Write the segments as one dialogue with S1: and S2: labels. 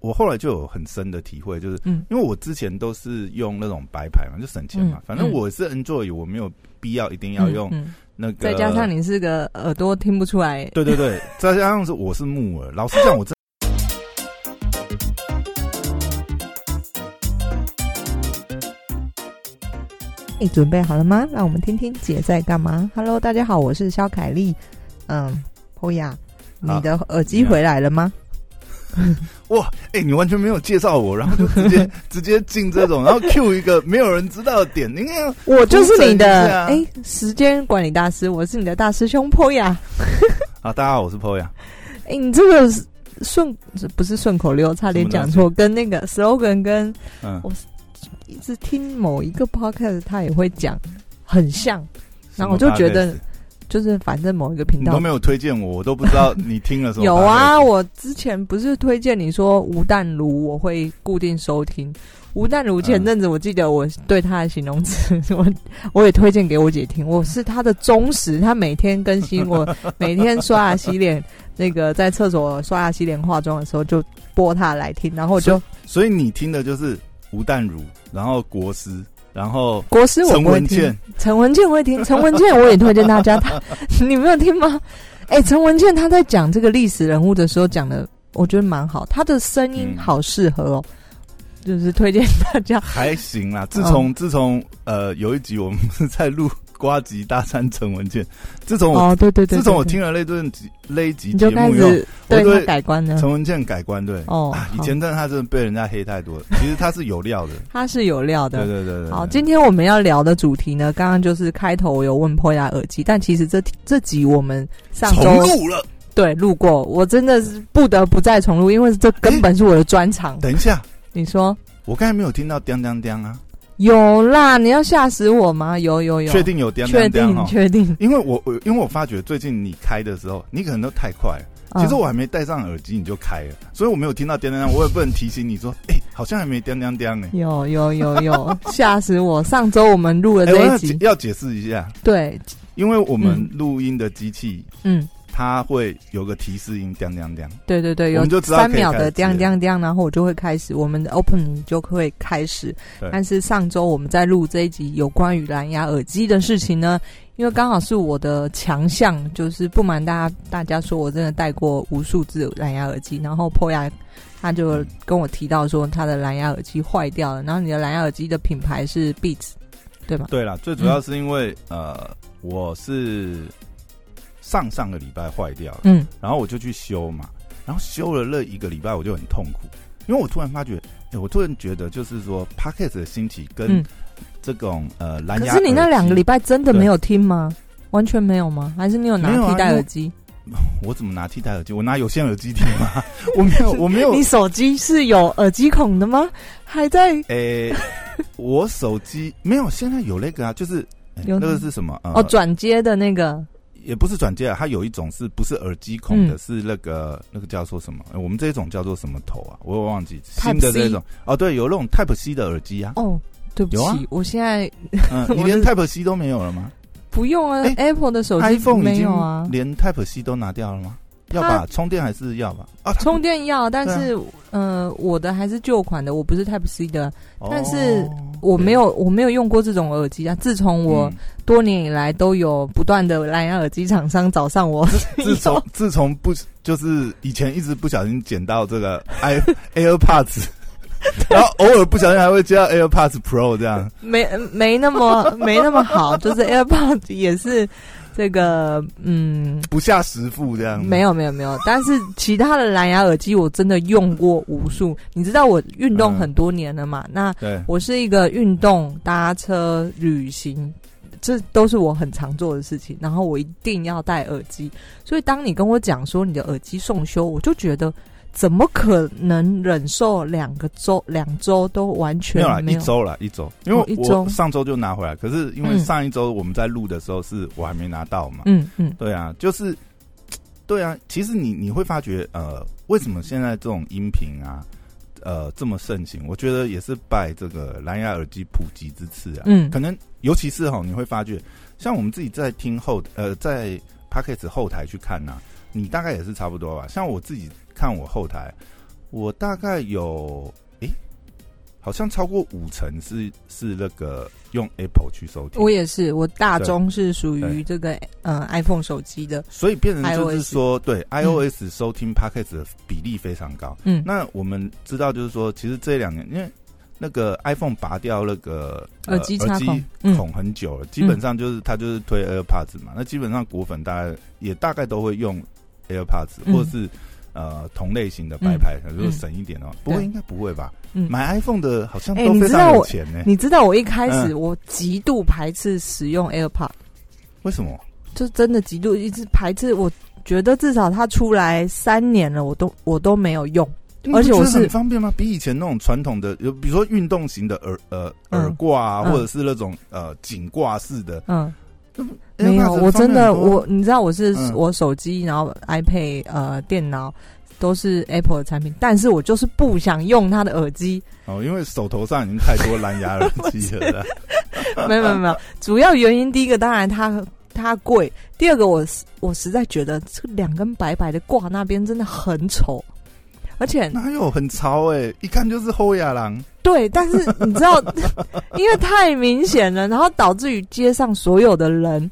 S1: 我后来就有很深的体会，就是
S2: 嗯
S1: 因为我之前都是用那种白牌嘛，就省钱嘛
S2: 嗯，
S1: 反正
S2: 嗯
S1: 我是 enjoy，我没有必要一定要用
S2: 嗯嗯
S1: 那个，
S2: 再加上你是个耳朵听不出来，
S1: 对对对，再加上是我是木耳，老实讲，我真。
S2: 你准备好了吗？让我们听听姐在干嘛。Hello，大家好，我是肖凯丽。嗯，欧雅，
S1: 啊
S2: 你的耳机回来了吗？
S1: 哎、你完全没有介绍我，然后就直 接直接进这种，然后 Q 一个没有人知道的点，你看，
S2: 我就是你
S1: 对
S2: 的
S1: 啊
S2: 哎、时间管理大师，我是你的大师兄波雅。
S1: 好，啊大家好，我是 Poya，
S2: 哎、你这个是顺不是顺口溜，差点讲错，跟那个 slogan 跟
S1: 嗯，
S2: 一直听某一个 podcast 他也会讲很像，然后我就
S1: 什么
S2: 觉得
S1: podcast
S2: 就是反正某一个频
S1: 你
S2: 道
S1: 都没有推荐我，我都不知道你听 了什么 podcast。
S2: 有啊，我之前不是推荐你说吴淡如，我会固定收听。吴淡如前阵子我记得我对他的形容词，我 我也推荐给我姐听，我是她的忠实，她每天更新，我 每天刷牙洗脸，那个在厕所刷牙洗脸化妆的时候就播她来听，然后我就
S1: 所以你听的就是吴淡如，然后国师，然后
S2: 国师我
S1: 陈
S2: 不会
S1: 文
S2: 听
S1: 茜，，
S2: 陈文茜会听，陈文茜我也推荐大家， 她你没有听吗？哎、陈文茜她在讲这个历史人物的时候讲的，我觉得蛮好，她的声音
S1: 嗯
S2: 好适合哦，就是推荐大家。
S1: 还行
S2: 嗯
S1: 啦。自从、自从呃有一集我们是在录瓜吉大战陈文茜，自从我、
S2: 哦，对对对
S1: 自从我
S2: 对
S1: 听了那段集那一集
S2: 你
S1: 节
S2: 就开
S1: 目以后，
S2: 始对
S1: 我就
S2: 她
S1: 会
S2: 改观了。
S1: 陈文茜改观对。
S2: 哦
S1: 啊，，以
S2: 好
S1: 前真的他真的被人家黑太多了，其实他是有 料的，
S2: 她是有料
S1: 对
S2: 的。
S1: 对对对对。
S2: 好，今天我们要聊的主题呢，刚刚就是开头我有问 Poya 耳机，但其实这这集我们上
S1: 重
S2: 周
S1: 录了。
S2: 对路过，我真的是不得不再重录，因为这根本是我的专场。
S1: 等一下，
S2: 你说
S1: 我刚才没有听到叮叮叮啊，
S2: 有啦，你要吓死我吗？有有有，
S1: 确定有叮
S2: 确
S1: 叮叮
S2: 定
S1: 哈？
S2: 确定。
S1: 因为我我因为我发觉最近你开的时候，你可能都太快了。其实
S2: 嗯
S1: 我还没戴上耳机你就开了，所以我没有听到叮叮叮，我也不能提醒你说，哎、好像还没叮叮叮呢、
S2: 有有有有吓死我！上周我们录了
S1: 哎、我
S2: 这
S1: 要
S2: 一
S1: 解
S2: 集，嗯
S1: 要解释一下，
S2: 对，
S1: 因为我们录音的机器、
S2: 嗯，
S1: 它会有个提示音叮叮叮，
S2: 对对
S1: 我
S2: 对，有
S1: 们就知道
S2: 三
S1: 可以
S2: 秒
S1: 开
S2: 的
S1: 始
S2: 叮
S1: 了
S2: 叮叮，然后我就会开始，我们的 open 就会开始
S1: 对。
S2: 但是上周我们在录这一集有关于蓝牙耳机的事情呢，因为刚好是我的强项，就是不瞒大家，大家说我真的戴过无数只蓝牙耳机，然后 Poya 他就跟我提到说他的蓝牙耳机坏掉了，然后你的蓝牙耳机的品牌是 Beats，对吗？
S1: 对啦，最主
S2: 嗯
S1: 要是因为、呃，我是上上个礼拜坏掉了，
S2: 嗯，
S1: 然后我就去修嘛，然后修了那一个礼拜，我就很痛苦，因为我突然发觉，哎我突然觉得就是说 p o c k e t 的兴起跟
S2: 嗯
S1: 这种、呃蓝
S2: 可
S1: 牙，
S2: 是你那两个礼
S1: 拜，
S2: 拜真的
S1: 对
S2: 没有听吗？完全没有吗？还是你有拿
S1: 没有啊
S2: 替代
S1: 因为
S2: 耳机？
S1: 我怎么拿替代耳机？我拿有线耳机听吗？ 我没有，我没有
S2: 你，手机是有耳机孔的吗？还在
S1: 诶、我手机没有，现在有那个啊，就是、哎
S2: 有
S1: 那个是什么？呃、
S2: 哦转接的那个
S1: 也不是转接啊，它有一种是不是耳机孔的，
S2: 嗯
S1: 是那个那个叫做什么？呃我们这种叫做什么头啊？我也忘记
S2: Type
S1: 新的这种哦，对，有那种 Type C 的耳机啊，
S2: 哦，对不起，
S1: 有啊
S2: 我现在
S1: 嗯，
S2: 我
S1: 你连
S2: 是
S1: Type C 都没有了吗
S2: 不用啊、
S1: 哎
S2: a p p l e 的手机
S1: ？iPhone 已
S2: 没
S1: 经
S2: 有啊，
S1: 连 Type C 都拿掉了吗？要吧，充电还是要吧？啊，它
S2: 充电要，但
S1: 对啊
S2: 是、呃，我的还是旧款的，我不是 Type C 的，
S1: 哦
S2: 但是我没有我没有用过这种耳机啊。自从我
S1: 嗯
S2: 多年以来都有不断的蓝牙耳机厂商找上 我，
S1: 自从自从不就是以前一直不小心捡到这个 i AirPods，然后偶尔不小心还会接到 AirPods Pro 这样。
S2: 没没那么没那么好，就是 AirPods 也是这个嗯。
S1: 不下十副这样。
S2: 没有没有没有，但是其他的蓝牙耳机我真的用过无数。你知道我运动很多年了
S1: 嗯
S2: 嘛？那
S1: 对，
S2: 我是一个运动、搭车、旅行，这都是我很常做的事情。然后我一定要戴耳机，所以当你跟我讲说你的耳机送修，我就觉得怎么可能忍受两个周两周都完
S1: 没
S2: 全
S1: 有啦，
S2: 没
S1: 一
S2: 有？
S1: 周啦，一周，因为
S2: 哦一周
S1: 我上周就拿回来，可是因为
S2: 嗯
S1: 上一周我们在录的时候是我还没拿到嘛。
S2: 嗯嗯，
S1: 对啊，就是，对啊，其实你你会发觉，呃，为什么现在这种音频啊，呃，这么盛行？我觉得也是拜这个蓝牙耳机普及之赐啊。
S2: 嗯
S1: 可能尤其是哈，你会发觉，像我们自己在听后呃，在 p a c k a g e 后台去看呐、你大概也是差不多吧。像我自己看我后台，我大概有诶、好像超过五成是是那个用 Apple 去收听
S2: 我，也是，我大中是属于这个呃 iPhone 手机的，
S1: 所以变成就是
S2: iOS
S1: 说，对 iOS 收听 Podcast 的比例非常高。
S2: 嗯，
S1: 那我们知道就是说，其实这两年因为那个 iPhone 拔掉那个、呃
S2: 耳机插孔，
S1: 耳机
S2: 嗯
S1: 孔很久了，基本上就是它就是推 AirPods 嘛，那基本上果粉大概也大概都会用 AirPods、
S2: 嗯
S1: 或者是。呃，同类型的白牌，如果省一点哦，不过
S2: 嗯对
S1: 应该不会吧？
S2: 嗯。
S1: 买 iPhone 的好像
S2: 哎
S1: 都
S2: 你
S1: 非
S2: 知道
S1: 常有
S2: 我
S1: 钱呢、
S2: 你知道我一开始
S1: 嗯
S2: 我极度排斥使用 AirPod，
S1: 为什么？
S2: 就真的极度一直排斥。我觉得至少它出来三年了，我都我都没有用。而且
S1: 你不
S2: 我
S1: 觉得
S2: 是
S1: 很方便吗？比以前那种传统的，有比如说运动型的耳呃
S2: 嗯
S1: 耳挂啊，
S2: 嗯
S1: 或者是那种呃颈挂式的，
S2: 嗯，没有，
S1: AirPods
S2: 我真的
S1: 方便很多
S2: 我你知道我是、
S1: 嗯
S2: 我手机，然后 iPad 呃电脑都是 Apple 的产品，但是我就是不想用它的耳 机。
S1: 哦，因为手头上已经太多蓝牙耳机了 啦。
S2: 没有没有没有，主要原因第一个当然它它贵，第二个我实我实在觉得这两根白白的挂那边真的很丑，而且
S1: 哪有很潮哎、一看就是后亚郎。
S2: 对，但是你知道， 因为太明显了，然后导致于街上所有的人。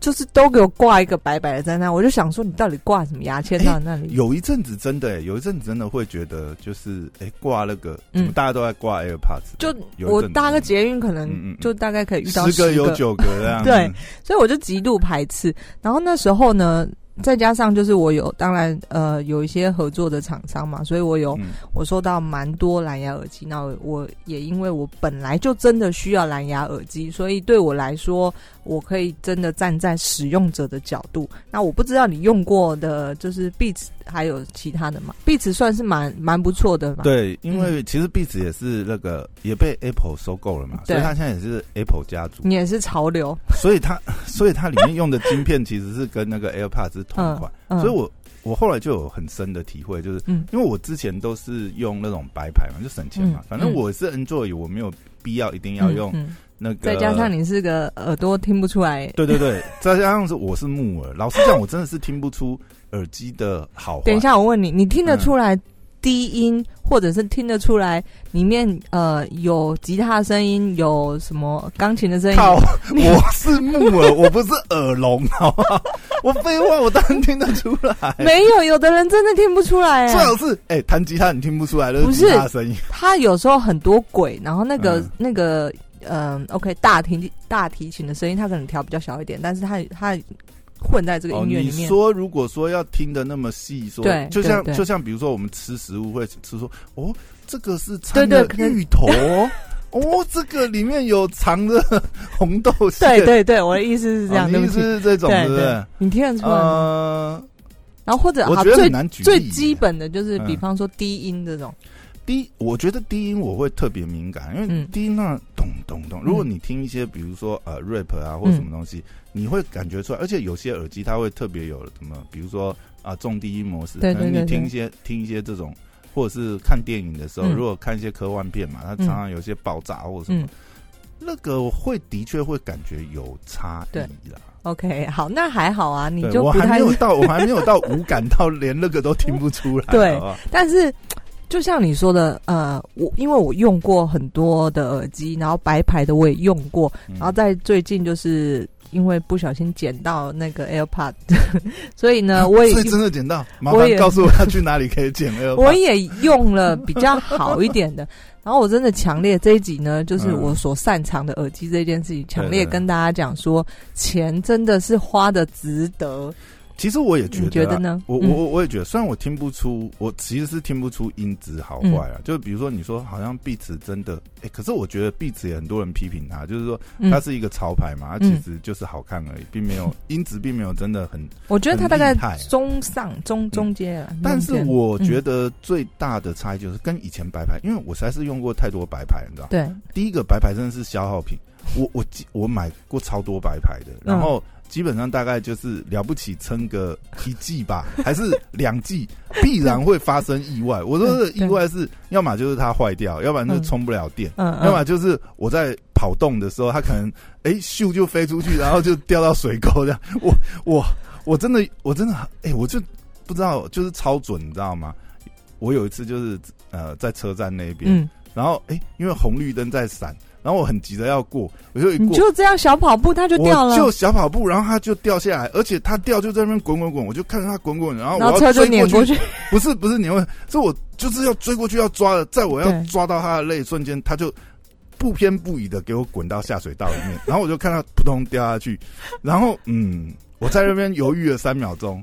S2: 就是都给我挂一个白白的在那，我就想说你到底挂什么牙签到那里？
S1: 有一阵子真的、欸，有一阵子真的会觉得就是哎挂、那个，
S2: 嗯
S1: 怎么大家都在挂 AirPods？
S2: 就
S1: 有一
S2: 我
S1: 阵子
S2: 搭个捷运，可
S1: 嗯嗯
S2: 能
S1: 嗯
S2: 就大概可以遇到
S1: 十个有九个这样。 嗯
S2: 对，所以我就极度排斥。然后那时候呢，再加上就是我有，当然呃有一些合作的厂商嘛，所以我有、
S1: 嗯
S2: 我收到蛮多蓝牙耳机。那我我也因为我本来就真的需要蓝牙耳机，所以对我来说，我可以真的站在使用者的角度。那我不知道你用过的就是 Beats 还有其他的嘛？Beats 算是蛮蛮不错的嘛。
S1: 对，因为其实 Beats 也是那个也被 Apple 收购了嘛，所
S2: 对
S1: 以它现在也是 Apple 家族，
S2: 你也是潮流，
S1: 所以它 所以它里面用的晶片其实是跟那个 AirPods 是同款，
S2: 嗯、
S1: 所以我我后来就有很深的体会，就是、
S2: 嗯
S1: 因为我之前都是用那种白牌嘛，就省钱嘛，
S2: 嗯
S1: 反正我是 Enjoy，我没有必要一定要
S2: 嗯
S1: 用
S2: 嗯
S1: 那个，
S2: 再加上你是个耳朵听不出来。
S1: 对对对，再加上是我是木耳，老实讲，我真的是听不出耳机的好坏。
S2: 等一，下，我问你，你听得出来
S1: 嗯
S2: 低音，或者是听得出来里面呃有吉他的声音，有什么钢琴的声音？
S1: 靠， 我是木耳，我不是耳聋，好不好？我废话，我当然听得出来。
S2: 没有，有的人真的听不出来、
S1: 最
S2: 哎
S1: 好是哎，弹吉他你听不出来，那
S2: 不
S1: 是
S2: 是
S1: 吉他的声音。
S2: 他有时候很多轨，然后那个、
S1: 嗯
S2: 那个嗯、o k 大提大提琴的声音，他可能调比较小一点，但是他他混在这个
S1: 哦，
S2: 音乐
S1: 你
S2: 里面。
S1: 说如果说要听的那么细，说
S2: 对
S1: 就像
S2: 对对
S1: 就像比如说我们吃食物会吃说哦，这个是掺
S2: 对
S1: 的
S2: 对可能
S1: 芋头哦，哦，这个里面有藏的红豆馅，
S2: 对对对，我的意思是这样，
S1: 哦
S2: 对
S1: 你意
S2: 不
S1: 思
S2: 起，
S1: 是这种，
S2: 对
S1: 对不对
S2: 对？你听得出来吗？
S1: 呃，
S2: 然后或者
S1: 我
S2: 好
S1: 觉得
S2: 最
S1: 很难举例
S2: 最
S1: 耶
S2: 基本的就是，比
S1: 嗯
S2: 方说低音这种，
S1: 低，我觉得低音我会特别敏感，因为
S2: 嗯
S1: 低音那咚咚咚。如果你听一些，比如说呃 rap 啊或者
S2: 嗯
S1: 什么东西，你会感觉出来，而且有些耳机它会特别有什么，比如说啊重低音模式，
S2: 对
S1: 可能
S2: 对对
S1: 你听一些听一些这种，或者是看电影的时候，
S2: 嗯
S1: 如果看一些科幻片嘛，它常常有一些爆炸或者什么
S2: 嗯，。
S1: 那个我会的确会感觉有差异啦。
S2: OK，好，那还好啊，你
S1: 对
S2: 就
S1: 我
S2: 不
S1: 还没
S2: 太
S1: 有到，我还没有到无感到连那个都听不出来，
S2: 对
S1: 好不好
S2: 但是就像你说的，呃，我因为我用过很多的耳机，然后白牌的我也用过，
S1: 嗯
S2: 然后在最近就是因为不小心捡到那 个 AirPod，所 以呢，我也
S1: 所以真的捡到，麻
S2: 我
S1: 烦
S2: 也
S1: 告诉我要去哪里可以捡 AirPod。
S2: 我也用了比较好一 点的。然后我真的强烈这一集呢，就是我所擅长的耳机这件事情，强烈
S1: 嗯对对
S2: 跟大家讲说，钱真的是花的值得。
S1: 其实我也觉得啦，啊
S2: 你觉得呢
S1: 我我
S2: 嗯
S1: 我我也觉得，虽然我听不出，我其实是听不出音质好坏
S2: 嗯
S1: 啊。就是比如说，你说好像碧池真的，哎、可是我觉得碧池也很多人批评它，就是说
S2: 嗯
S1: 它，是一个潮牌嘛，它
S2: 嗯
S1: 其实就是好看而已，并没有音质，并没有真的很。
S2: 我觉得它大概
S1: 很厉害啊
S2: 中上中中间了，
S1: 但是我觉
S2: 得
S1: 得最大的差异就是跟以前白牌，因为我实在是用过太多白牌，你知道吗。
S2: 对。嗯
S1: 第一个白牌真的是消耗品，我我记我买过超多白牌的，
S2: 嗯
S1: 然后基本上大概就是了不起撑个一季吧， 还是两季，必然会发生意外。我说的意外是，要么就是它坏掉，要不然就是充不了电。
S2: 嗯嗯，
S1: 要么
S2: 嗯
S1: 就是我在跑动的时候，它可能哎咻、就飞出去，然后就掉到水沟这样。 我我我真的我真的哎、我就不知道，就是超准，你知道吗？我有一次就是呃在车站那边，
S2: 嗯，
S1: 然后哎、诶因为红绿灯在闪，然后我很急着要过，我就一
S2: 你
S1: 过。
S2: 就这样小跑步，它就掉
S1: 我
S2: 了，
S1: 就小跑步，然后它就掉下来，而且它掉就在那边滚滚滚，我就看着它滚滚，然后我
S2: 然后
S1: 要
S2: 车就
S1: 追
S2: 碾
S1: 过去，
S2: 去，
S1: 不是不是碾过去，是我就是要追过去要抓的，在我要
S2: 对
S1: 抓到它的那一瞬间，它就不偏不倚的给我滚到下水道里面，然后我就看它扑通掉下去，然后嗯，我在那边犹豫了三秒钟，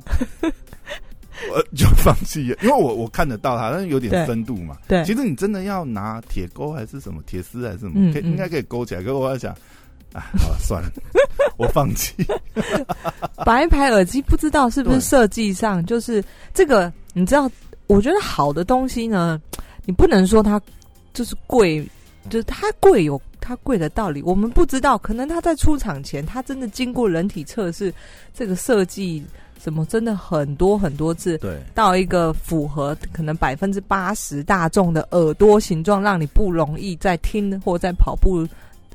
S1: 我呃就放弃了，因为我我看得到它，但是有点
S2: 对
S1: 深度嘛，
S2: 对
S1: 其实你真的要拿铁钩还是什么铁丝还是什么，
S2: 嗯
S1: 可以
S2: 嗯
S1: 应该可以勾起来。可是我在想，哎，好了， 算了，我放弃。
S2: 白牌耳机不知道是不是
S1: 对
S2: 设计上，就是这个，你知道，我觉得好的东西呢，你不能说它就是贵，就是它贵有它贵的道理，我们不知道，可能它在出厂前，它真的经过人体测试，这个设计什么真的很多很多次，
S1: 对
S2: 到一个符合可能百分之八十大众的耳朵形状，让你不容易在听或在跑步。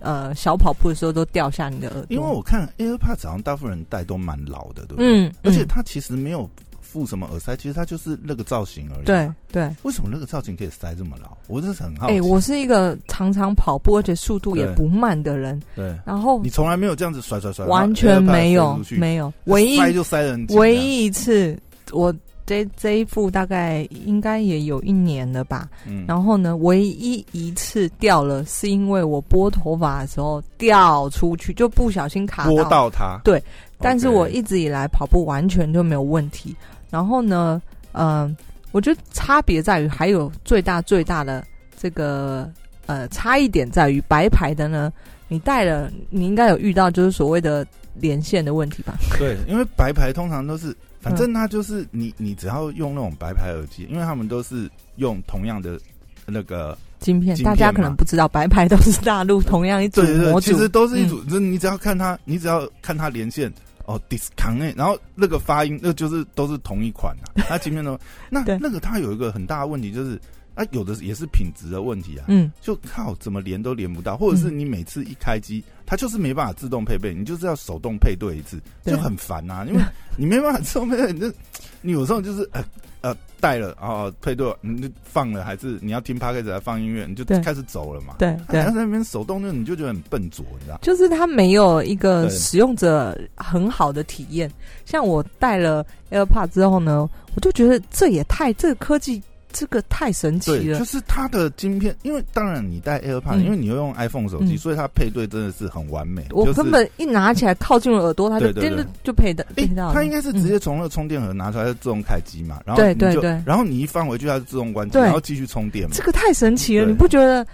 S2: 呃，小跑步的时候都掉下你的耳朵，
S1: 因为我看 AirPods 好像大部分人戴都蛮老的，对不对？
S2: 嗯，
S1: 而且
S2: 嗯
S1: 它其实没有附什么耳塞，其实它就是那个造型而已。，
S2: 对对，
S1: 为什么那个造型可以塞这么老？我真是很好
S2: 哎、
S1: 奇。
S2: 我是一个常常跑步而且速度也
S1: 对
S2: 不慢的人，
S1: 对
S2: 然后
S1: 你从来没有这样子甩甩甩，
S2: 完全没
S1: 然后 AirPods
S2: 有
S1: 塞出去
S2: 没有，唯一
S1: 塞就塞得很啊紧
S2: 唯一一次我这这一副大概应该也有一年了吧，
S1: 这样，嗯
S2: 然后呢，唯一一次掉了是因为我拨头发的时候掉出去，就不小心卡
S1: 拨
S2: 到
S1: 到哦它。
S2: 对但是我
S1: OK
S2: 一直以来跑步完全就没有问题。然后呢，嗯、我觉得差别在于还有最大最大的这个呃差异点在于白牌的呢，你戴了你应该有遇到就是所谓的连线的问题吧？
S1: 对，因为白牌通常都是，
S2: 嗯
S1: 反正它就是你，你只要用那种白牌耳机，因为他们都是用同样的那个，
S2: 晶片，
S1: 晶片
S2: 大家可能不知道，白牌都是大陆同样一组
S1: 对对
S2: 模
S1: 对，其
S2: 组嗯
S1: 实，都是一组，就是你只要看它，你只要看它连线哦，disconnect，然后那个发音，那就是都是同一款啊。它前面呢，那
S2: 对
S1: 那个它有一个很大的问题就是。啊，有的也是品质的问题啊，
S2: 嗯，
S1: 就靠怎么连都连不到，或者是
S2: 嗯
S1: 你每次一开机，它就是没办法自动配备，你就是要手动配对一次，
S2: 对
S1: 就很烦啊，因为你没办法自动配对，你就你有时候就是呃呃带了哦配对，你就放了，还是你要听 p o d c a s 来放音乐，你就
S2: 对
S1: 开始走了嘛。
S2: 对
S1: 啊你
S2: 对
S1: 要。在那边手动就你就觉得很笨拙，你知道？
S2: 就是它没有一个
S1: 对
S2: 使用者很好的体验。像我戴了 AirPod 之后呢，我就觉得这也太这个科技这个太神奇
S1: 对，
S2: 了
S1: 就。是它的晶片，因为当然你带 AirPod，、
S2: 啊嗯
S1: 因为你又用 iPhone 手机，
S2: 嗯
S1: 所以它配对真的是很完美。
S2: 我
S1: 就是
S2: 根本一拿起来靠近我耳朵，它就
S1: 对对
S2: 真
S1: 对
S2: 的就配的
S1: 诶
S2: 配到了。
S1: 它应该是直接从那个充电盒拿出来就自动开机嘛，然后
S2: 对
S1: 你就
S2: 对对
S1: 然后你一放回去它就自动关机，
S2: 对
S1: 然后继续充电嘛
S2: 这。个太神奇了，
S1: 对
S2: 你不觉得？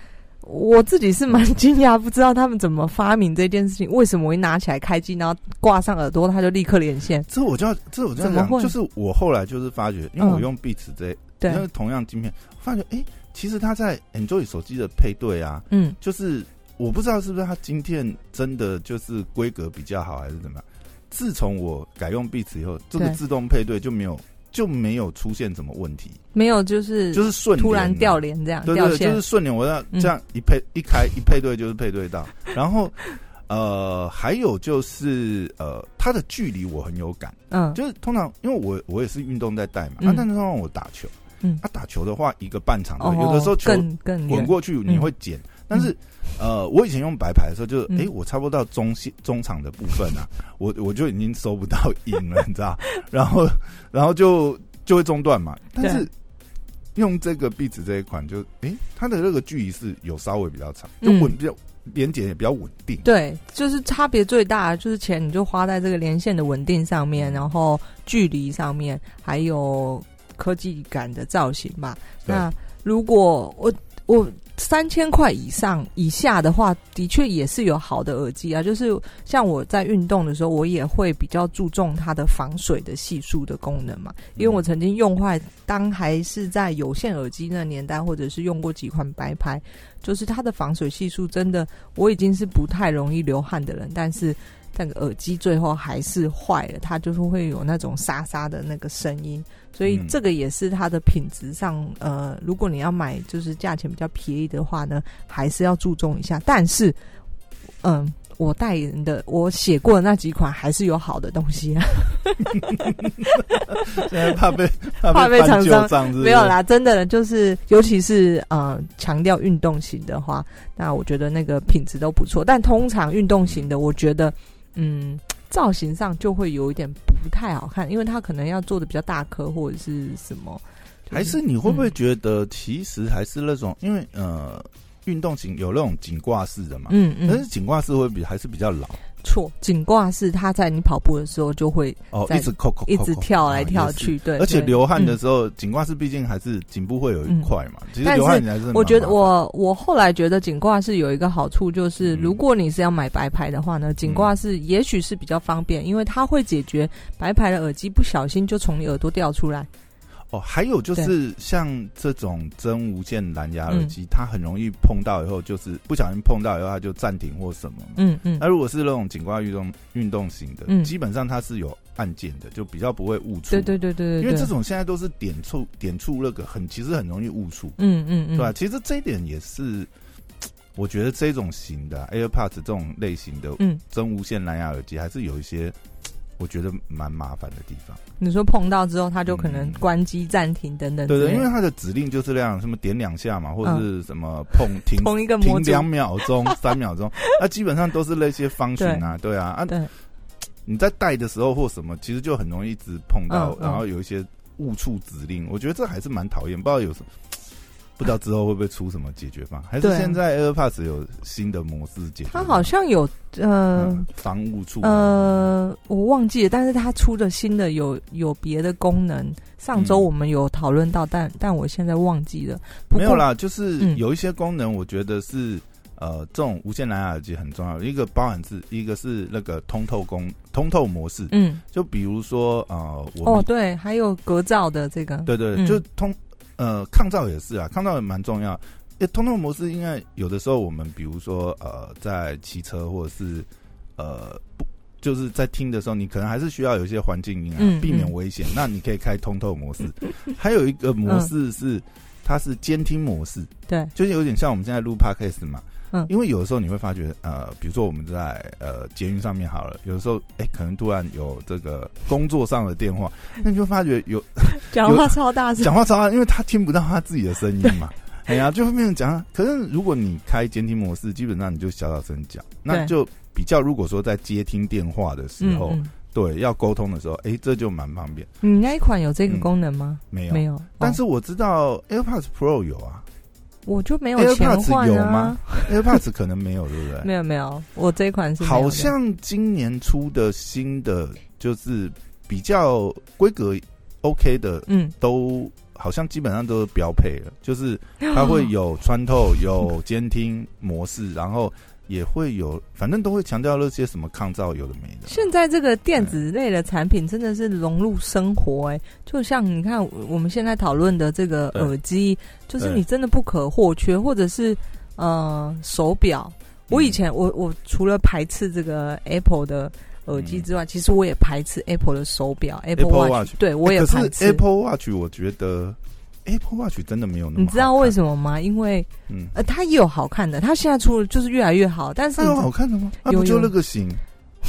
S2: 我自己是蛮惊讶，不知道他们怎么发明这件事情。为什么我一拿起来开机，然后挂上耳朵，它就立刻连线？
S1: 这我就要，这我就要
S2: 怎么
S1: 讲，
S2: 会
S1: 就是我后来就是发觉，因为
S2: 嗯
S1: 我用 Beats 这，
S2: 对
S1: 因，为同样晶片，发觉诶，其实它在 Enjoy 手机的配对啊，
S2: 嗯，
S1: 就是我不知道是不是它晶片真的就是规格比较好还是怎么样。自从我改用 Beats 以后，这个
S2: 对
S1: 自动配对就没有就没有出现什么问题，
S2: 没有，就是
S1: 就是顺
S2: 突然
S1: 连啊
S2: 掉连这样
S1: 对
S2: 掉
S1: 对，
S2: 线，
S1: 就是顺点，我要
S2: 嗯
S1: 这样一配、一开一配对就是配对到，然后呃还有就是呃它的距离我很有感，
S2: 嗯，
S1: 就是通常因为我我也是运动在带嘛，
S2: 嗯
S1: 啊但是通常我打球，
S2: 嗯
S1: 啊打球的话一个半场的，
S2: 哦，
S1: 有的时候球
S2: 更更远
S1: 滚过去你会捡，但是呃我以前用白牌的时候就是
S2: 嗯
S1: 诶，我差不多到中线中场的部分啊， 我我就已经收不到赢了，你知道， 然后然后就就会中断嘛，但是。用这个壁纸这一款就，诶，它的那个距离是有稍微比较长，就
S2: 嗯
S1: 稳比较连接也比较稳定。
S2: 对，就是差别最大，就是钱你就花在这个连线的稳定上面，然后距离上面，还有科技感的造型吧。
S1: 对
S2: 那如果我我三千块以上以下的话，的确也是有好的耳机啊。就是像我在运动的时候，我也会比较注重它的防水的系数的功能嘛，因为
S1: 嗯
S2: 我曾经用坏，当还是在有线耳机那年代，或者是用过几款白牌，就是它的防水系数真的，我已经是不太容易流汗的人，但是。那个耳机最后还是坏了，它就是会有那种沙沙的那个声音，所以
S1: 嗯
S2: 这个也是它的品质上，呃，如果你要买就是价钱比较便宜的话呢，还是要注重一下。但是，嗯，我代言的，我写过的那几款还是有好的东西啊，
S1: 现在 怕被
S2: 怕被
S1: 被翻
S2: 厂
S1: 旧
S2: 商
S1: 账是不是
S2: 呃没有，啦，真的就是，尤其是呃强调运动型的话，那我觉得那个品质都不错。但通常运动型的，我觉得嗯造型上就会有一点不太好看，因为它可能要做的比较大颗或者是什么，就
S1: 嗯还是你会
S2: 嗯
S1: 不会觉得其实还是那种，因为呃，运动型有那种颈挂式的嘛，
S2: 嗯
S1: 但
S2: 嗯
S1: 是颈挂式会比还是比较老
S2: 错颈挂是它在你跑步的时候就会
S1: 哦，
S2: 在
S1: 一直扣扣
S2: 一直跳来跳。
S1: 啊也是
S2: 去，对，
S1: 而且
S2: 对
S1: 流汗
S2: 嗯
S1: 的时候，颈挂式毕竟还是颈部会有一块嘛。其实
S2: 但是
S1: 流汗你还是蛮
S2: 我觉得
S1: 麻烦
S2: 我我后来觉得颈挂式有一个好处，就是
S1: 嗯
S2: 如果你是要买白牌的话呢，颈挂式也许是比较方便，因为它会解决白牌的耳机不小心就从你耳朵掉出来。
S1: 哦，还有就是像这种真无线蓝牙
S2: 嗯
S1: 耳机，它很容易碰到以后，就是不小心碰到以后，它就暂停或什么嘛。
S2: 嗯嗯
S1: 那如果是那种颈挂运动运动型的，
S2: 嗯
S1: 基本上它是有按键的，就比较不会误触。
S2: 对对对对对，
S1: 因为
S2: 对
S1: 这种现在都是点触点触那个很，其实很容易误触，
S2: 嗯嗯嗯，
S1: 对吧？其实这一点也是，我觉得这种型的啊 AirPods 这种类型的
S2: 嗯，
S1: 真无线蓝牙耳机，还是有一些我觉得蛮麻烦的地方。
S2: 你说碰到之后，它就可能
S1: 嗯
S2: 关机、暂停等等之
S1: 对
S2: 类的。
S1: 对，因为它的指令就是这样，什么点两下嘛，或者
S2: 嗯
S1: 是什么碰 停
S2: 同一个模
S1: 停
S2: 组，
S1: 两秒 钟、三秒钟，那基本上都是那些方群啊，对啊，啊
S2: 对，
S1: 你在带的时候或什么，其实就很容易一直碰到，
S2: 嗯嗯
S1: 然后有一些误触指令，我觉得这还是蛮讨厌，不知道有什么。 不知道之后会不会出什么解决方案？还是
S2: 对啊
S1: 现在 AirPods 有新的模式解决方
S2: 它
S1: 案？
S2: 好像有呃。
S1: 嗯防误触
S2: 呃，我忘记了，但是它出的新的有有别的功能。上周
S1: 嗯
S2: 我们有讨论到，但但我现在忘记了。不过
S1: 没有，啦，就是
S2: 嗯
S1: 有一些功能，我觉得是、呃，这种无线蓝牙耳机很重要。一个包含是，一个是那个通透功通透模式，
S2: 嗯，
S1: 就比如说呃，我们、
S2: 哦，对，还有隔噪的这个，
S1: 对对
S2: 嗯
S1: 就通呃抗噪也是啊，抗噪也蛮重要。诶，通透模式应该有的时候我们比如说呃，在骑车或者是呃不。就是在听的时候，你可能还是需要有一些环境音啊，
S2: 嗯
S1: 避免
S2: 嗯
S1: 危险。那你可以开通透 模式，还有一个模式是、它是监听模式，
S2: 对，
S1: 就是有点像我们现在录 podcast 嘛，
S2: 嗯
S1: 因为有的时候你会发觉，呃，比如说我们在呃捷运上面好了，有的时候，哎、可能突然有这个工作上的电话，那你就发觉有
S2: 讲话超大 声，
S1: 讲话超暗，啊因为他听不到他自己的声音嘛，哎呀，就会变成讲啊。可是如果你开监听模式，基本上你就小小声讲，那
S2: 对
S1: 就比较如果说在接听电话的时候，
S2: 嗯，
S1: 对，要沟通的时候，哎、这就蛮方便。
S2: 嗯你那一款有这个功能吗？
S1: 嗯没有，
S2: 没有，
S1: 但
S2: 哦
S1: 是我知道 AirPods Pro 有啊
S2: 我就没有钱
S1: ，AirPods
S2: 换
S1: 有
S2: 啊
S1: 吗，？AirPods 可能没有，对不对？
S2: 没有没有，我这一款是没有的
S1: 好像今年出的新的就是比较规格 OK 的，
S2: 嗯，
S1: 都好像基本上都是标配了， 就是它会有穿透、有监听模式，然后也会有，反正都会强调那些什么抗噪有的没的。
S2: 现在这个电子类的产品真的是融入生活、哎，就像你看我我们现在讨论的这个
S1: 对
S2: 耳机，就是
S1: 对
S2: 你真的不可或缺，或者是呃手表。
S1: 嗯
S2: 我以前我我除了排斥这个 Apple 的耳机之外，其实我也排斥 Apple 的手表 Apple
S1: 嗯 Apple
S2: Watch，,
S1: Watch
S2: 对我也排
S1: 哎可是
S2: 斥。
S1: Apple Watch 我觉得 Apple Watch 真的没有那么
S2: 你知道为
S1: 么？
S2: 什么吗？因为
S1: 嗯，
S2: 呃，它也有好看的，它现在出的就是越来越好，但是
S1: 它有好看的吗？它
S2: 有
S1: 不就
S2: 有
S1: 那个型？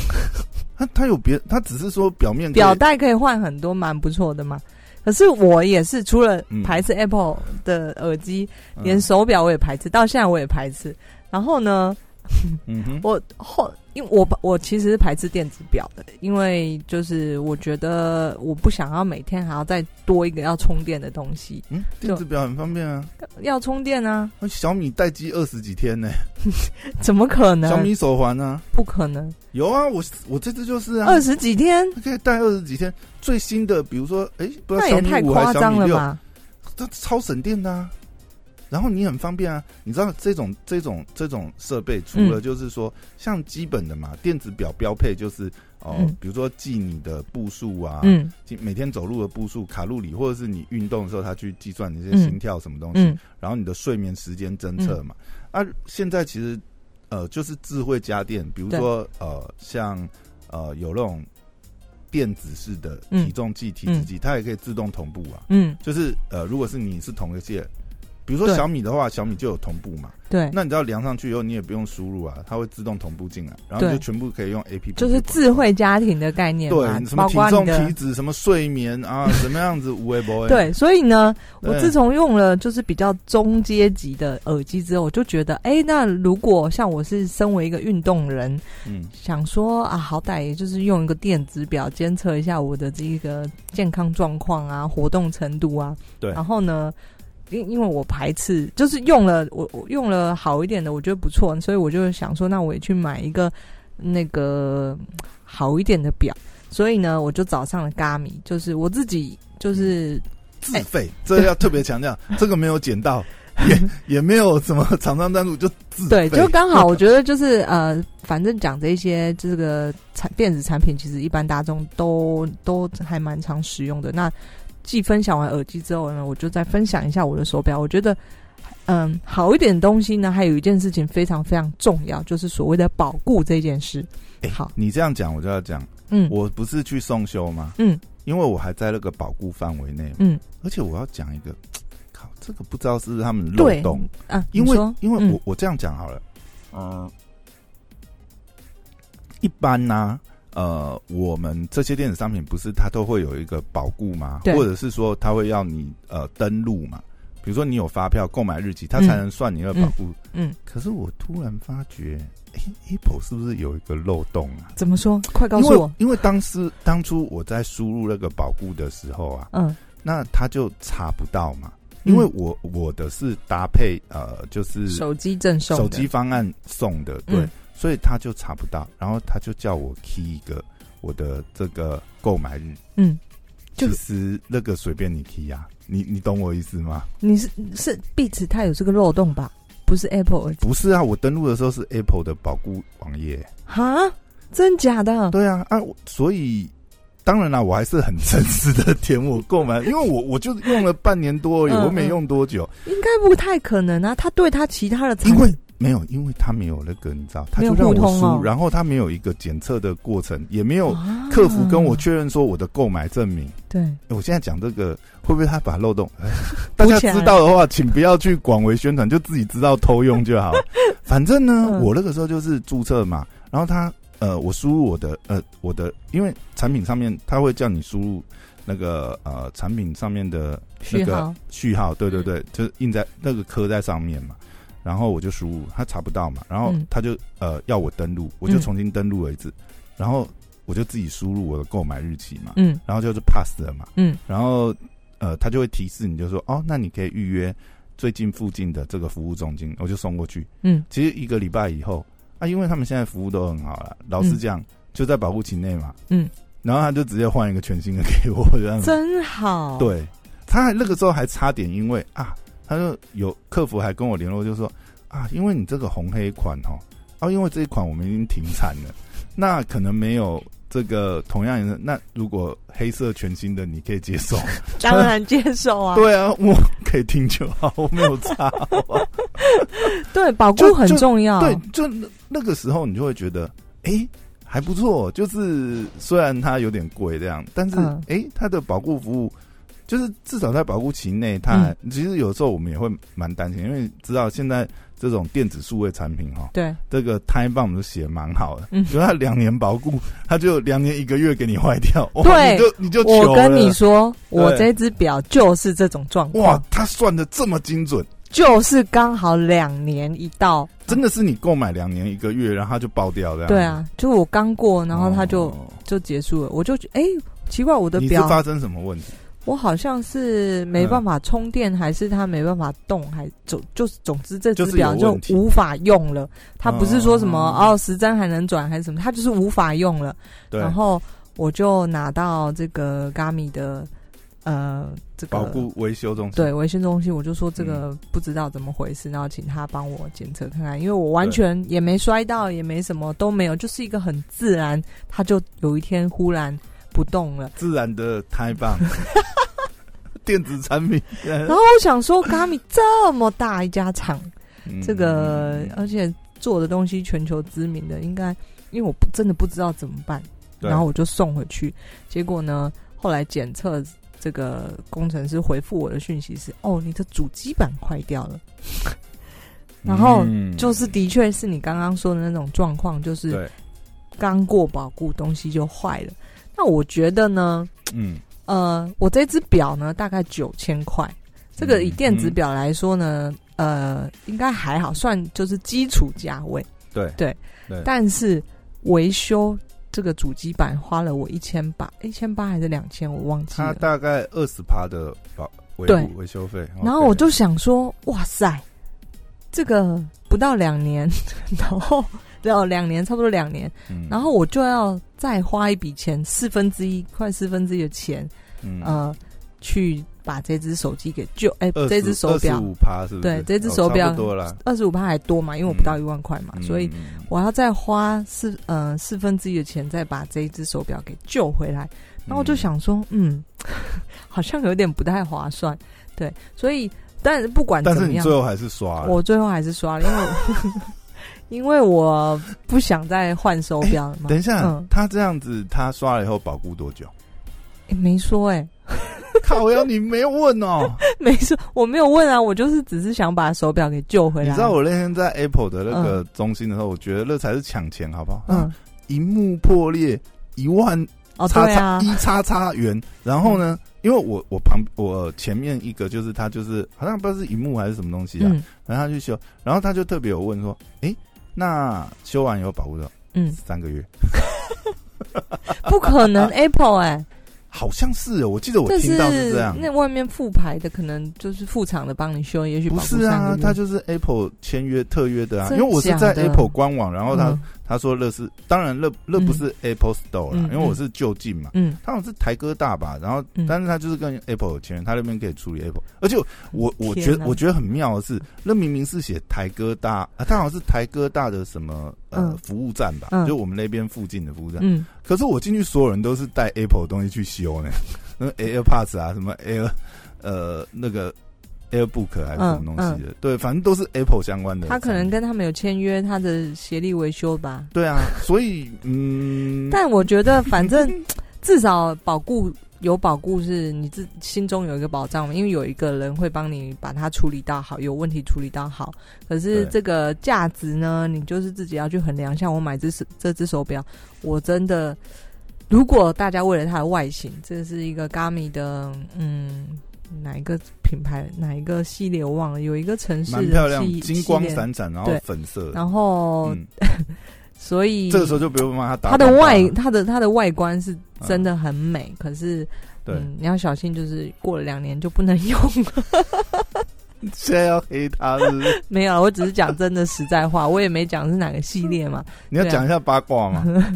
S1: 它它有别，它只是说表面可以
S2: 表带可以换很多，蛮不错的嘛。可是我也是，除了
S1: 嗯
S2: 排斥 Apple 的耳机，
S1: 嗯
S2: 连手表我也排斥，到现在我也排斥。然后呢，
S1: 嗯哼，
S2: 我后因为我我其实是排斥电子表的，因为就是我觉得我不想要每天还要再多一个要充电的东西，
S1: 嗯，电子表很方便啊。
S2: 要充电啊，
S1: 那小米待机二十几天呢、
S2: 怎么可
S1: 小
S2: 能？
S1: 米手环呢、
S2: 不可能，
S1: 有啊，我我这次就是啊，
S2: 二十几天，
S1: 它可以戴二十几天。最新的，比如说，哎、不知道
S2: 那
S1: 小
S2: 也
S1: 米
S2: 太
S1: 五还
S2: 夸
S1: 是小
S2: 张
S1: 米
S2: 了
S1: 六，
S2: 吧？
S1: 它超省电的啊。然后你很方便啊，你知道这种这种这种设备，除了就是说、像基本的嘛，电子表标配就是哦、
S2: 嗯
S1: 比如说记你的步数啊，
S2: 嗯
S1: 记每天走路的步数、卡路里，或者是你运动的时候，它去计算你这些
S2: 嗯
S1: 心跳什么东西。
S2: 嗯
S1: 然后你的睡眠时间侦测嘛。啊，现在其实呃，就是智慧家电，比如说呃，像呃有那种电子式的
S2: 嗯
S1: 体重计、体脂计，它也可以自动同步啊。
S2: 嗯
S1: 就是呃，如果是你是同一个界，比如说
S2: 对
S1: 小米的话，小米就有同步嘛。
S2: 对，
S1: 那你知道量上去以后，你也不用输入啊，它会自动同步进来，然后
S2: 对
S1: 就全部可以用 A P P。
S2: 就是智慧家庭的概念嘛
S1: 对，什么
S2: 包
S1: 体
S2: 括你
S1: 重、
S2: 的
S1: 体脂、什么睡眠 啊，什么样子无微不微。
S2: 对，所以呢，我
S1: 对
S2: 自从用了就是比较中阶级的耳机之后，我就觉得，哎、那如果像我是身为一个运动人，
S1: 嗯，
S2: 想说啊，好歹也就是用一个电子表监测一下我的这个健康状况啊、活动程度啊。
S1: 对
S2: 然后呢，因因为我排斥，就是用了我我用了好一点的，我觉得不错，所以我就想说，那我也去买一个那个好一点的表。所以呢，我就找上了 Gami，就是我自己就是
S1: 自费，这要特别强调，
S2: 哎
S1: 这个没有捡 到，也也没有什么厂商赞助，就自费。
S2: 对，就刚好我觉得就是呃，反正讲这些这个产电子产品，其实一般大众都都还蛮常使用的。那既分享完耳机之后呢，我就再分享一下我的手表。我觉得，嗯、好一点的东西呢，还有一件事情非常非常重要，就是所谓的保固这件事。
S1: 哎
S2: 好，
S1: 你这样讲，我就要讲，
S2: 嗯，
S1: 我不是去送修吗？
S2: 嗯，
S1: 因为我还在那个保护范围内。
S2: 嗯，
S1: 而且我要讲一个，靠，这个不知道是不是他们漏
S2: 对
S1: 洞，
S2: 啊，
S1: 因
S2: 你
S1: 为
S2: 说
S1: 因为
S2: 嗯
S1: 我、我这样讲好了，嗯，一般呢、呃，我们这些电子商品不是它都会有一个保固吗？
S2: 对
S1: 或者是说它会要你呃登录嘛？比如说你有发票、购买日期，它才能算你的保固。
S2: 嗯嗯嗯
S1: 可是我突然发觉，哎、a p p l e 是不是有一个漏洞啊？
S2: 怎么说？快告
S1: 因
S2: 诉我
S1: 为。因为当时当初我在输入那个保固的时候啊，
S2: 嗯，
S1: 那它就查不到嘛。因为
S2: 嗯
S1: 我我的是搭配呃，就是
S2: 手机赠送的
S1: 手机方案送的，对，
S2: 嗯
S1: 所以他就查不到，然后他就叫我 key 一个我的这个购买日，
S2: 嗯，就
S1: 其实那个随便你 key 啊，你你懂我意思吗？
S2: 你是是 Beats 它有这个漏洞吧？不是 Apple 耳机
S1: 不是啊，我登录的时候是 Apple 的保固网页，
S2: 哈？真假的？
S1: 对啊啊，我所以。当然啦，我还是很诚实的点我购买，因为我我就用了半年多而已，
S2: 嗯
S1: 我没
S2: 嗯
S1: 用多久，
S2: 应该不太可能啊，他对他其他的产
S1: 因为没有，因为他没有那个，你知道，他
S2: 嗯
S1: 就
S2: 没有
S1: 让
S2: 互
S1: 我
S2: 通
S1: 输，
S2: 哦
S1: 然后他没有一个检测的过程，也没有客服跟我
S2: 去
S1: 确认说我的购买证明。
S2: 啊对，
S1: 诶哎我现在讲这个会不会他把漏洞？哎大家
S2: 补起来
S1: 知道的话，请不要去广为宣传，就自己知道偷用就 好。反正呢，
S2: 嗯
S1: 我那个时候就是注册嘛，然后他呃，我输入我的呃我的，因为产品上面他会叫你输入那个呃产品上面的那
S2: 序
S1: 个
S2: 号嗯
S1: 序号，对对对，就是印在那个刻在上面嘛。然后我就输入，他查不到嘛，然后
S2: 嗯
S1: 他就、呃要我登录，我就
S2: 嗯
S1: 重新登录了一次，然后我就自己输入我的购买日期嘛，
S2: 嗯
S1: 然后就是 pass 了嘛，
S2: 嗯，
S1: 然后呃，他就会提示你，就说哦，那你可以预约最近附近的这个服务中心，我就送过去。
S2: 嗯，
S1: 其实一个礼拜以后啊，因为他们现在服务都很好了，老实讲，就在保护期内嘛，
S2: 嗯，
S1: 然后他就直接换一个全新的给我，这样子。
S2: 真好，，
S1: 嗯对，他还那个时候还差点因为啊，他就有客服还跟我联络，就说啊，因为你这个红黑款哦，啊，因为这一款我们已经停产了， 那可能没有这个同样颜色，那如果黑色全新的你可以接受，
S2: 当然接受啊，
S1: 对啊，我可以听就好，我没有差好吧
S2: 对，保
S1: 就
S2: 护很重要，
S1: 对，就那那个时候你就会觉得，哎、还不错，就是虽然它有点贵这样，但是哎、
S2: 嗯
S1: 诶它的保护服务就是至少在保护期内，它还、
S2: 嗯
S1: 其实有时候我们也会蛮担心，因为知道现在这种电子数位产品哈，
S2: 对
S1: 这个 time bomb 都写蛮好的，
S2: 嗯
S1: 嗯，就它两年保护，它就两年一个月给你坏掉，哇
S2: 对
S1: 你就你就
S2: 我
S1: 糗
S2: 跟
S1: 了
S2: 你说，我
S1: 对
S2: 这只表就是这种状
S1: 哇
S2: 况，，
S1: 它算的这么精准。
S2: 就是刚好两年一到，
S1: 真的是你购买两年一个月，然后它就爆掉这样。
S2: 对，啊，就我刚过，然后它就
S1: 哦
S2: 就结束了，我就觉哎。奇怪，我的
S1: 你是
S2: 表
S1: 发生什么问题？
S2: 我好像是没
S1: 嗯
S2: 办法充电，还是它没办法动，还总就是总之这只
S1: 就是有
S2: 表就
S1: 问题
S2: 无法用了。它不是说什么
S1: 哦
S2: 哦时针还能转还是什么，它就是无法用了。
S1: 对，
S2: 然后我就拿到这个 Gami 的呃这
S1: 保
S2: 个
S1: 护嗯维修中心。
S2: 对维修中心，我就说这个不知道怎么回事，然后请他帮我检测看看，因为我完全也没摔到，也没什么都没有，就是一个很自然，它就有一天忽然不动了。
S1: 自然的胎 棒，电子产品。
S2: 然后我想说，Gami 这么大一家厂，
S1: 嗯
S2: 这个呃而且做的东西全球知名的，应该因为我不真的不知道怎么办，
S1: 对
S2: 然后我就送回去。结果呢，后来检测这个工程师回复我的讯息是：“哦，你的主机板坏掉了。”然后
S1: 嗯
S2: 就是的确是你刚刚说的那种状况，就是
S1: 对，
S2: 刚过保固东西就坏了。那我觉得呢，
S1: 嗯，
S2: 呃，我这只表呢大概九千块，这
S1: 嗯
S2: 个以电子表来说呢，呃，应该还好，算就是基础价位。
S1: 对
S2: 对
S1: 对
S2: 但是维修这个主机板花了我一千八，一千八还是两千，我忘记
S1: 他
S2: 了。
S1: 大概二十趴的保维
S2: 对
S1: 护维修费，哦
S2: 然后我就想说，哇塞，这个不到两年， 然后到两年，差不多两年，
S1: 嗯，
S2: 然后我就要再花一笔钱，四分之一，快四分之一的钱，
S1: 嗯
S2: 呃，去把这只手机给救，哎、
S1: 25
S2: 这只手表
S1: 25趴是不是？
S2: 对这只
S1: 哦
S2: 手表
S1: 差不多了，
S2: 二十五趴还多嘛，因为我不到
S1: 嗯
S2: 一万块嘛，
S1: 嗯
S2: 所以
S1: 嗯
S2: 我要再花四呃四分之一的钱，再把这一只手表给救回来。然后我就想说，嗯， 好像有点不太划算，对，所以但不管
S1: 但
S2: 怎
S1: 是
S2: 么
S1: 你
S2: 样
S1: 最，后还是刷了，
S2: 我最后还是刷了，因为我 因为我不想再换手表了嘛。
S1: 等一下，
S2: 嗯
S1: 他这样子，他刷了以后保固多 久？
S2: 诶 没说哎、
S1: 靠，我要你没有问哦。
S2: 没说，我没有问啊，我就是只是想把手表给救回
S1: 你
S2: 来。
S1: 知道我那天在 Apple 的那个中心的时候，我觉得那才是抢钱，好不好？
S2: 嗯
S1: 嗯，，荧幕破裂一万
S2: 哦
S1: 叉
S2: 对
S1: 叉
S2: 啊，嗯
S1: 一叉叉元，然后呢，因为我我旁我前面一个就是他就是好像不知道是荧幕还是什么东西啊，
S2: 嗯
S1: 然后他去修，然后他就特别有问说，诶，那修完以后保护到
S2: 嗯，
S1: 三个月，
S2: 不 可能 Apple 哎、
S1: 好像是哦，我记得我
S2: 这
S1: 听到是这样，
S2: 那外面复牌的可能就是副厂的帮你修，也许
S1: 不
S2: 保护
S1: 是啊
S2: 三个，月
S1: 他就是 Apple 签约特约的啊，因
S2: 真
S1: 为我是
S2: 假
S1: 在
S2: 的
S1: Apple 官网，然后他
S2: 嗯
S1: 他说那是，当然那那不是 Apple Store 啦
S2: 嗯，
S1: 因为我是就近嘛，
S2: 嗯
S1: 他好像是台哥大吧，然后
S2: 嗯
S1: 但是他就是跟 Apple 有签约，他那边可以处理 Apple，而且我我
S2: 天
S1: 觉得
S2: 哪
S1: 我觉得很妙的是，那明明是写台哥大，啊，他好像是台哥大的什么呃
S2: 嗯
S1: 服务站吧
S2: 嗯，
S1: 就我们那边附近的服务站，
S2: 嗯，
S1: 可是我进去所有人都是带 Apple 的东西去修呢， 那 AirPods 啊，什么 Air 呃那个 AirBook 啊还是什么东西的，对，反正都是 Apple 相关的产
S2: 嗯他
S1: 品。
S2: 可能跟他们有签约，他的协力维修吧。
S1: 对啊，所以嗯，
S2: 但我觉得，反正至少保固有保固，是你自心中有一个保障嘛，因为有一个人会帮你把它处理到好，有问题处理到好。可是
S1: 对
S2: 这个价值呢，你就是自己要去衡量。像我买这只这只手表，我真的，如果大家为了它的外形，这是一个 Gami 的，嗯。哪一个品牌，哪一个系列我忘了，有一个城市
S1: 蛮
S2: 的
S1: 漂亮
S2: 系，
S1: 金光，
S2: 系列
S1: 闪闪，然后
S2: 对
S1: 粉色，
S2: 然后、
S1: 嗯，
S2: 所以
S1: 这个时候就不用帮他打
S2: 它的
S1: 广告
S2: 外
S1: 了
S2: 它的它的外观是真的很美，可是
S1: 对，
S2: 嗯，你要小心，就是过了两年就不能用了。
S1: 现在要黑他是不是
S2: 没有啦，我只是讲真的实在话，我也没讲是哪个系列嘛，
S1: 你要
S2: 对啊
S1: 讲一下八卦吗？
S2: 啊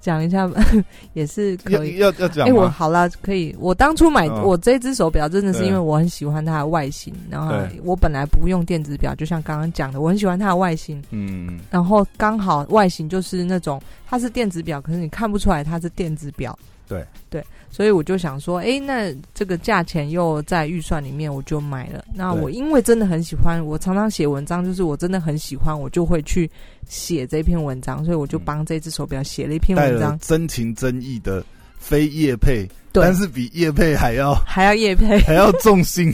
S2: 讲一下 也是
S1: 要
S2: 可以。
S1: 要要讲
S2: 哎、我
S1: 吗？
S2: 好啦，可以。我当初买、
S1: 嗯
S2: 我这只手表，真的是
S1: 对
S2: 因为我很喜欢它的外形，然后
S1: 对
S2: 我本来不用电子表，就像刚刚讲的，我很喜欢它的外形。
S1: 嗯，
S2: 然后刚好外形就是那种它是电子表，可是你看不出来它是电子表。
S1: 对
S2: 对，所以我就想说，诶，那这个价钱又在预算里面，我就买了。那
S1: 对
S2: 我因为真的很喜欢，我常常写文章，就是我真的很喜欢，我就会去写这篇文章，所以我就
S1: 嗯
S2: 帮这只手表写了一篇
S1: 带
S2: 文
S1: 了
S2: 章。
S1: 真情真意的非叶配，
S2: 对
S1: 但，是比叶配还要
S2: 还要夜配。
S1: 还要重心。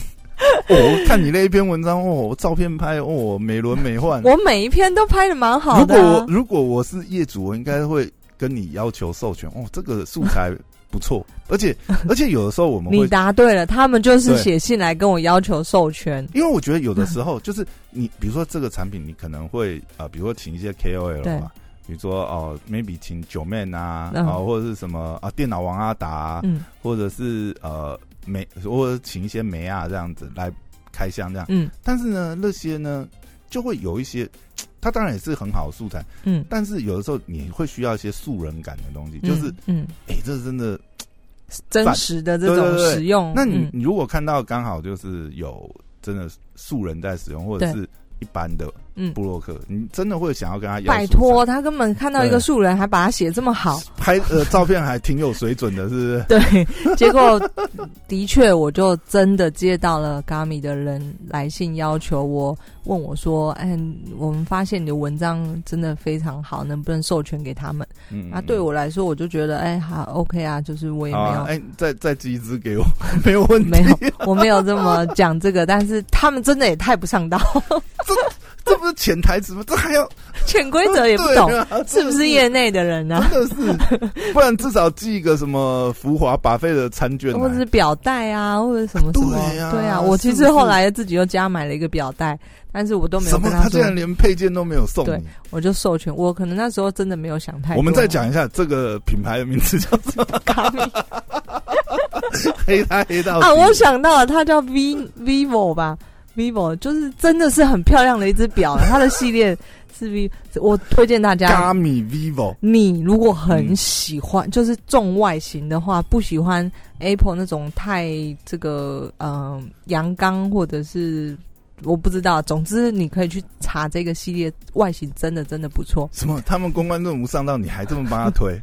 S1: 哦，我看你那一篇文章哦，照片拍哦，美轮美奂。
S2: 我每一篇都拍的蛮好
S1: 如
S2: 的
S1: 果
S2: 啊、
S1: 我如果我是业主，我应该会跟你要求授权哦，这个素材不错，而 且而且有的时候我们
S2: 你
S1: 会，
S2: 答对了，他们就是
S1: 对
S2: 写信来跟我要求授权。
S1: 因为我觉得有的
S2: 嗯
S1: 时候就是你，比如说这个产品，你可能会啊、呃比如说请一些 KOL
S2: 对
S1: 嘛，比如说哦、m a y b e 请九妹啊，啊、
S2: 嗯
S1: 或者是什么啊，电脑王阿达、啊，
S2: 嗯
S1: 或者是呃梅，或者请一些梅啊这样子来开箱这样。
S2: 嗯
S1: 但是呢，那些呢就会有一些，它当然也是很好的素材，
S2: 嗯，
S1: 但是有的时候你会需要一些素人感的东西，就是
S2: 嗯，嗯
S1: 哎、诶这真的。
S2: 真实的这
S1: 对对
S2: 种
S1: 对
S2: 使用。
S1: 那你
S2: 嗯
S1: 你如果看到刚好就是有真的素人在使用，或者
S2: 对
S1: 是一般的
S2: 嗯
S1: 布洛克，你真的会想要跟他要
S2: 拜
S1: 素材
S2: 托，他根本看到一个
S1: 对
S2: 素人，还把他写这么好。
S1: 拍 呃照片还挺有水准的，是不是？
S2: 对， 结果的确，我就真的接到了 Gami 的人来信，要求我问我说：“哎，我们发现你的文章真的非常好，能不能授权给他们？”
S1: 嗯，
S2: 啊，对我来说，我就觉得哎，好 OK 啊，就是我也
S1: 好
S2: 没
S1: 啊
S2: 有。
S1: 哎，再再寄一支给我， 没有问题。
S2: 没有，我没有这么讲这个，但是他们真的也太不上道，
S1: 这不是潜台词吗？这还要
S2: 潜规则也不 懂，
S1: 对啊
S2: 是不是业内的人呢、啊？
S1: 真的是，不然至少寄一个什么浮华把费的餐券
S2: 或者
S1: 来
S2: 是。表带啊，或者什么什么，
S1: 对啊
S2: 我其
S1: 是
S2: 实
S1: 不是
S2: 后来自己又加买了一个表带，但是我都没有
S1: 什么？
S2: 跟
S1: 他
S2: 说
S1: 竟，然连配件都没有送
S2: 对
S1: 你。
S2: 我就授权，我可能那时候真的没有想太多。
S1: 我们再讲一下这个品牌的名字叫什么？
S2: 咖啡
S1: 黑他黑到
S2: 啊，
S1: 底
S2: 我想到了，它叫 V Vivo 吧，Vivo 就是真的是很漂亮的一只表，它的系列是 V，我推荐大家
S1: Gami Vivo
S2: 你如果
S1: 嗯
S2: 很喜欢，就是重外形的话，不喜欢 Apple 那种太这个呃阳刚或者是我不知道，总之你可以去查这个系列，外形真的真的不错，
S1: 什么？他们公关任务上到你还这么帮他推？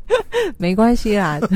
S2: 没关系啦。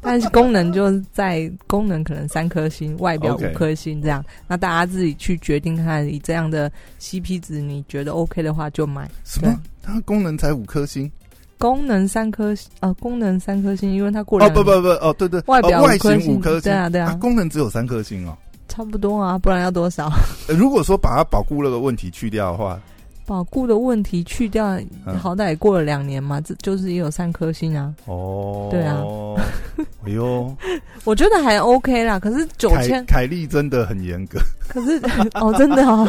S2: 但是功能就在功能可能三颗星，外表
S1: OK
S2: 五颗星这样那大家自己去决定看，以这样的 CP 值你觉得 OK 的话就买。
S1: 什么
S2: 对？
S1: 它功能才五颗星？
S2: 功能三颗星呃，功能三颗星，因为它过
S1: 哦
S2: 两
S1: 不不不哦对对，
S2: 外
S1: 哦
S2: 表
S1: 外
S2: 颗
S1: 形五颗星，
S2: 对啊对啊，
S1: 功能只有三颗星哦。
S2: 差不多啊，不然要多少？
S1: 呃如果说把它保固那个问题去掉的话，
S2: 保固的问题去掉，
S1: 嗯
S2: 好歹也过了两年嘛，这就是也有三颗星啊，
S1: 哦，
S2: 对啊，
S1: 哎 呦，
S2: 我觉得还 OK 啦。可是九
S1: 凯
S2: 千，
S1: 凯莉真的很严格，
S2: 可是 哦，真的哦，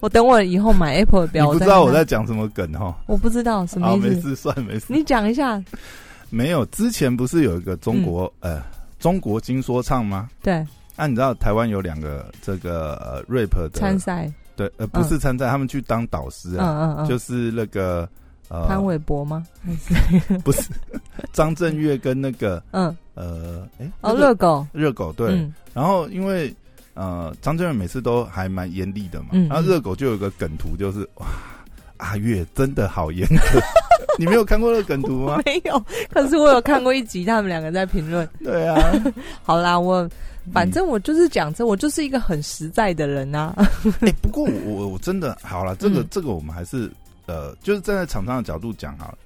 S2: 我等我以后买 Apple 的
S1: 你
S2: 表，
S1: 不知道我
S2: 再
S1: 在
S2: 看
S1: 讲什么梗哈？
S2: 看，我不知道什么
S1: 好，没
S2: 意思，
S1: 事，算没事。
S2: 你讲一下。
S1: 没有，之前不是有一个中国、
S2: 嗯
S1: 呃中国金说唱吗？
S2: 对，
S1: 啊，你知道台湾有两个这个、呃、rap
S2: 参
S1: 的，
S2: 赛，
S1: 对，呃，不是参赛，他们去当导师
S2: 嗯
S1: 啊，
S2: 嗯嗯，
S1: 就是那个呃
S2: 潘玮柏吗？还是
S1: 张震岳跟那个
S2: 嗯，
S1: 呃，哎、
S2: 哦，
S1: 那个
S2: 热狗，
S1: 热狗对，
S2: 嗯
S1: 然后因为呃张震岳每次都还蛮严厉的嘛，
S2: 嗯
S1: 然后热狗就有一个梗图，就是哇阿月真的好严 格，你没有看过那个梗图吗？
S2: 没有，可是我有看过一集，他们两个在评论。
S1: 对啊，
S2: 好啦，我 反
S1: 嗯
S2: 正我就是讲这，我就是一个很实在的人啊呐。
S1: 哎、 不过我我我真的好了，这个、
S2: 嗯
S1: 这个我们还是呃，就是站在厂商的角度讲好了。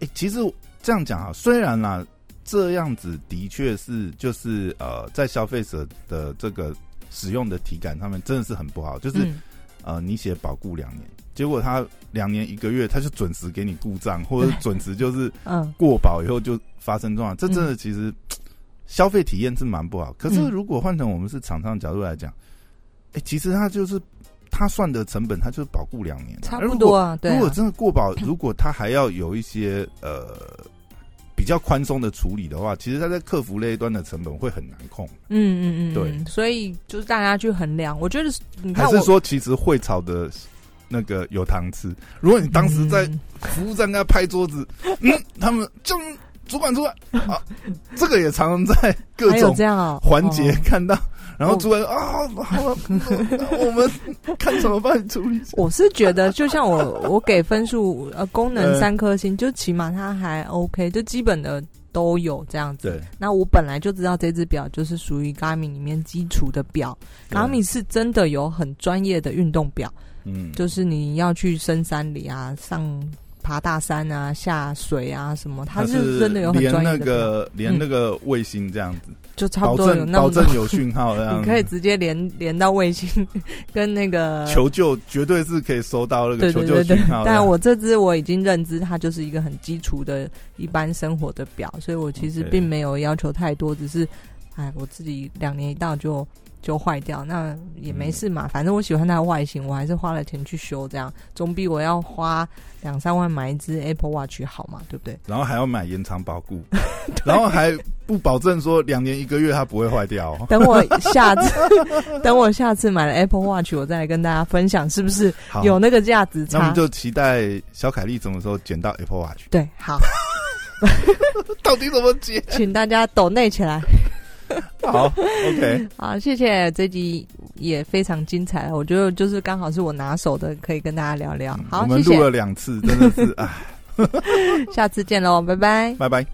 S1: 哎、其实这样讲啊，虽然啦，这样子的确是就是呃，在消费者的这个使用的体感上面真的是很不好，就是、
S2: 嗯
S1: 呃，你写保固两年，结果他两年一个月他就准时给你故障，或者
S2: 对
S1: 准时就是
S2: 嗯。
S1: 过保以后就发生状况，这真的其实、消费体验是蛮不好。可是
S2: 嗯
S1: 如果换成我们是厂商的角度来讲，哎、其实他就是他算的成本，他就是保固两年啊，
S2: 差
S1: 如
S2: 不
S1: 果
S2: 多。啊，对
S1: 如果
S2: 啊，
S1: 真的过保，如果他还要有一些呃比较宽松的处理的话，其实他在客服那一端的成本会很难控。
S2: 嗯嗯嗯，
S1: 对
S2: 嗯，所以就是大家去衡量，我觉得是你
S1: 还
S2: 看
S1: 是
S2: 我
S1: 说，其实会炒的那个有糖吃？如果你当时在
S2: 嗯
S1: 服务站跟他拍桌子，嗯，他们就主管主管啊，这个也常常在各
S2: 还有
S1: 种
S2: 这样啊
S1: 环节
S2: 哦
S1: 看到，然后
S2: 哦
S1: 主管啊，好了，那我们看怎么帮你处理。
S2: 我是觉得，就像我 我给分数，呃，功能
S1: 呃
S2: 三颗星，就起码它还 OK，就基本的都有这样子。
S1: 对，
S2: 那我本来就知道这只表就是属于 Garmin 里面基础的表
S1: 对
S2: ，Garmin 是真的有很专业的运动表，
S1: 嗯，
S2: 就是你要去深山里啊，上爬大山啊，下水啊什么，它
S1: 是
S2: 真的有很
S1: 连
S2: 专
S1: 那
S2: 业的表，
S1: 个连
S2: 嗯
S1: 那个卫星这样子，
S2: 就差
S1: 保
S2: 不多有
S1: 证
S2: 那
S1: 保
S2: 么多
S1: 证有讯号这样
S2: 你
S1: 子，
S2: 可以直接连连到卫星跟那个。
S1: 求救绝对是可以收到那个
S2: 对
S1: 求
S2: 对
S1: 救
S2: 对
S1: 讯
S2: 对，
S1: 号的。
S2: 但我这只我已经认知它就是一个很基础的一般生活的表，所以我其实
S1: OK
S2: 并没有要求太多，只是，哎，我自己两年一到就就坏掉，那也没事
S1: 嗯
S2: 嘛，反正我喜欢它的外形，我还是花了钱去修，这样总比我要花两三万买一只 Apple Watch 好嘛，对 不对？
S1: 然后还要买延长保 固，然后还不保证说两年一个月它不会坏掉、哦。
S2: 等我下次， 等我下次买了 Apple Watch，我再来跟大家分享是不是
S1: 好，
S2: 有那个价值
S1: 那我
S2: 差
S1: 们。就期待小凯丽什么时候捡到 Apple Watch，
S2: 对，好。
S1: 到底怎么捡？
S2: 请大家抖内起来。
S1: 好，OK，
S2: 好，谢谢这集也非常精彩，我觉得就是刚好是我拿手的，可以跟大家聊聊。
S1: 嗯
S2: 好
S1: 我，们
S2: 谢
S1: 录
S2: 谢，
S1: 了两次，真的是，哎，
S2: 下次见喽，拜拜。
S1: 拜拜。